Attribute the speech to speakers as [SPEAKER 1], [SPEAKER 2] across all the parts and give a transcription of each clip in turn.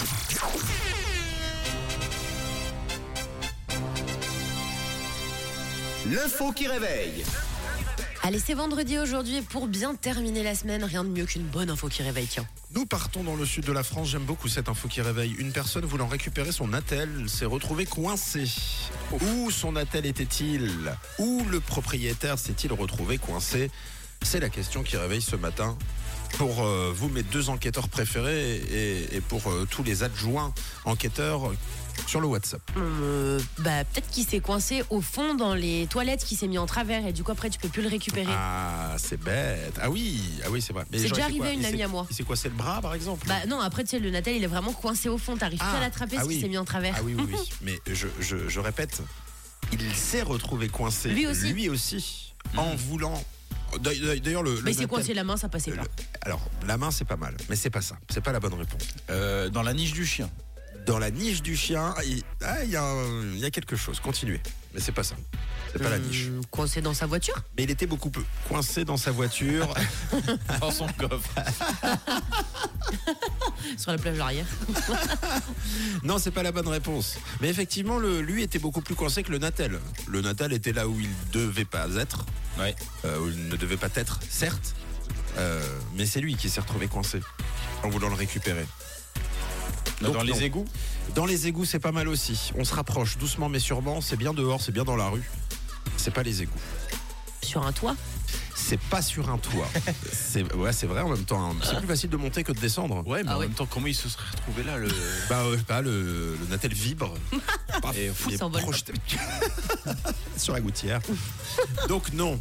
[SPEAKER 1] langue
[SPEAKER 2] L'info qui réveille.
[SPEAKER 3] Allez, c'est vendredi aujourd'hui et pour bien terminer la semaine, rien de mieux qu'une bonne info qui réveille. Tiens,
[SPEAKER 1] Nous partons dans le sud de la France. J'aime beaucoup cette info qui réveille. Une personne voulant récupérer son attel s'est retrouvée coincée. Où son attel était-il Où le propriétaire s'est-il retrouvé coincé C'est la question qui réveille ce matin. Pour euh, vous, mes deux enquêteurs préférés et, et pour euh, tous les adjoints enquêteurs sur le WhatsApp.
[SPEAKER 3] euh, bah, peut-être qu'il s'est coincé au fond dans les toilettes, qui s'est mis en travers et du coup après tu peux plus le récupérer.
[SPEAKER 1] Ah, c'est bête. Ah oui, ah oui, c'est vrai. Mais
[SPEAKER 3] C'est
[SPEAKER 1] genre,
[SPEAKER 3] déjà
[SPEAKER 1] il s'est
[SPEAKER 3] arrivé à
[SPEAKER 1] quoi-
[SPEAKER 3] une
[SPEAKER 1] il
[SPEAKER 3] amie
[SPEAKER 1] s'est-
[SPEAKER 3] à moi.
[SPEAKER 1] Il s'est coincé le bras, par exemple
[SPEAKER 3] Bah non, après tu sais, le Natel il est vraiment coincé au fond, t'arrives plus à l'attraper
[SPEAKER 1] ah
[SPEAKER 3] parce
[SPEAKER 1] oui.
[SPEAKER 3] qu'il s'est mis en travers.
[SPEAKER 1] Ah oui, oui, oui. Mais je, je- je répète, il s'est retrouvé coincé.
[SPEAKER 3] Lui aussi. Hmm.
[SPEAKER 1] aussi, en voulant. D'ailleurs, d'ailleurs, le. le
[SPEAKER 3] Mais c'est
[SPEAKER 1] Natel-
[SPEAKER 3] coincé la main, ça passait
[SPEAKER 1] le-
[SPEAKER 3] pas.
[SPEAKER 1] alors, la main, c'est pas mal, mais c'est pas ça. C'est pas la bonne réponse.
[SPEAKER 4] Euh, dans la niche du chien.
[SPEAKER 1] Dans la niche du chien, il ah, il y, a un- il y a quelque chose. Continuez. Mais c'est pas ça. C'est pas la niche.
[SPEAKER 3] Hum, coincé dans sa voiture
[SPEAKER 1] Mais il était beaucoup peu coincé dans sa voiture.
[SPEAKER 4] Dans son coffre.
[SPEAKER 3] Sur la plage arrière.
[SPEAKER 1] non, c'est pas la bonne réponse. Mais effectivement, le, lui était beaucoup plus coincé que le Natel. Le Natel était là où il devait pas être.
[SPEAKER 4] Ouais.
[SPEAKER 1] euh, où il ne devait pas être, certes, euh, mais c'est lui qui s'est retrouvé coincé en voulant le récupérer.
[SPEAKER 4] Dans
[SPEAKER 1] Donc, non.
[SPEAKER 4] les égouts.
[SPEAKER 1] Dans les égouts, c'est pas mal aussi. On se rapproche doucement mais sûrement. C'est bien dehors, c'est bien dans la rue. C'est pas les égouts.
[SPEAKER 3] Sur un toit
[SPEAKER 1] C'est pas sur un toit. c'est ouais, c'est vrai en même temps. hein. C'est plus facile de monter que de descendre.
[SPEAKER 4] Ah. Ouais, mais
[SPEAKER 3] Ah
[SPEAKER 4] en
[SPEAKER 3] ouais.
[SPEAKER 4] même temps, comment il se serait retrouvé là le...
[SPEAKER 1] Bah, euh, je sais pas, le, le Natel vibre. Paf,
[SPEAKER 4] Et
[SPEAKER 1] il est
[SPEAKER 3] s'envole.
[SPEAKER 1] projeté. sur la gouttière. Donc, non.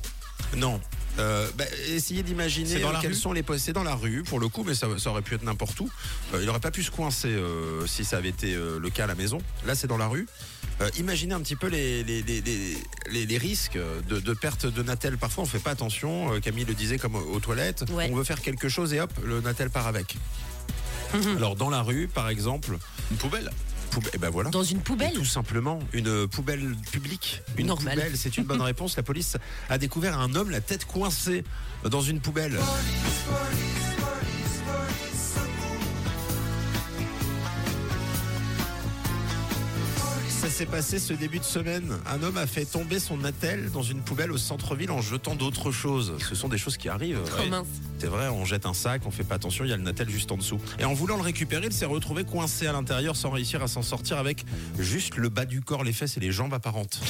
[SPEAKER 1] Non. Euh, bah, essayez d'imaginer
[SPEAKER 4] C'est dans la
[SPEAKER 1] quels
[SPEAKER 4] rue
[SPEAKER 1] sont les postes. C'est dans la rue, pour le coup, mais ça, ça aurait pu être n'importe où. Euh, il aurait pas pu se coincer euh, si ça avait été euh, le cas à la maison. Là, c'est dans la rue. Euh, imaginez un petit peu les, les, les- les- les- les risques de, de perte de Natel. Parfois, on fait pas attention. Euh, Camille le disait comme aux aux toilettes.
[SPEAKER 3] Ouais.
[SPEAKER 1] On veut faire quelque chose et hop, le Natel part avec.
[SPEAKER 3] Mhm.
[SPEAKER 1] Alors, dans la rue, par exemple,
[SPEAKER 4] Une poubelle.
[SPEAKER 1] Poube- eh ben voilà.
[SPEAKER 3] Dans une
[SPEAKER 1] Et
[SPEAKER 3] poubelle
[SPEAKER 1] Tout simplement, une poubelle publique. Une
[SPEAKER 3] Normal.
[SPEAKER 1] poubelle, c'est une bonne réponse. La police a découvert un homme la tête coincée dans une poubelle. Ça s'est passé ce début de semaine. Un homme a fait tomber son attel dans une poubelle au centre-ville en jetant d'autres choses. Ce sont des choses qui arrivent.
[SPEAKER 3] Oh mince.
[SPEAKER 1] C'est vrai, on jette un sac, on fait pas attention, il y a le Natel juste en dessous. Et en voulant le récupérer, il s'est retrouvé coincé à l'intérieur sans réussir à s'en sortir avec juste le bas du corps, les fesses et les jambes apparentes.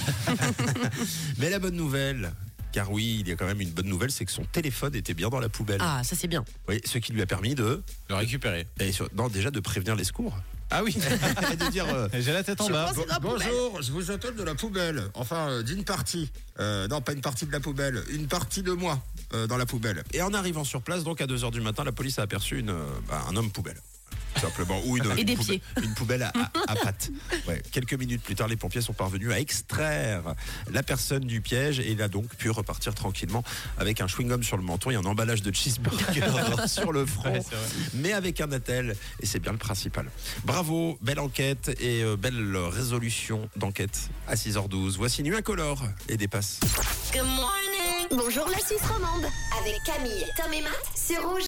[SPEAKER 1] Mais la bonne nouvelle, car oui, il y a quand même une bonne nouvelle, c'est que son téléphone était bien dans la poubelle.
[SPEAKER 3] Ah, ça c'est bien.
[SPEAKER 1] Oui, ce qui lui a permis de,
[SPEAKER 4] Le récupérer.
[SPEAKER 1] et sur- non, déjà de prévenir les secours.
[SPEAKER 4] Ah oui.
[SPEAKER 1] Et de dire, euh,
[SPEAKER 4] J'ai la tête en
[SPEAKER 3] Je
[SPEAKER 4] bas.
[SPEAKER 3] pense que c'est dans la poubelle.
[SPEAKER 5] Bonjour, je vous appelle de la poubelle. Enfin, euh, d'une partie. Euh, non, pas une partie de la poubelle. Une partie de moi euh, dans la poubelle.
[SPEAKER 1] Et en arrivant sur place, donc à 2h du matin, la police a aperçu une, euh, bah, un homme poubelle. Tout Simplement, ou une,
[SPEAKER 3] Et
[SPEAKER 1] une
[SPEAKER 3] des
[SPEAKER 1] poubelle,
[SPEAKER 3] pieds.
[SPEAKER 1] une poubelle à, à- à pattes. Ouais. Quelques minutes plus tard, les pompiers sont parvenus à extraire la personne du piège et il a donc pu repartir tranquillement avec un chewing-gum sur le menton et un emballage de cheeseburger sur le front,
[SPEAKER 4] Ouais, c'est vrai.
[SPEAKER 1] mais avec un attel et c'est bien le principal. Bravo, belle enquête et euh, belle résolution d'enquête à 6h12. Voici Nuit Incolore et dépasse.
[SPEAKER 6] Bonjour la Suisse romande avec Camille, Tom et Matt sur Rouge.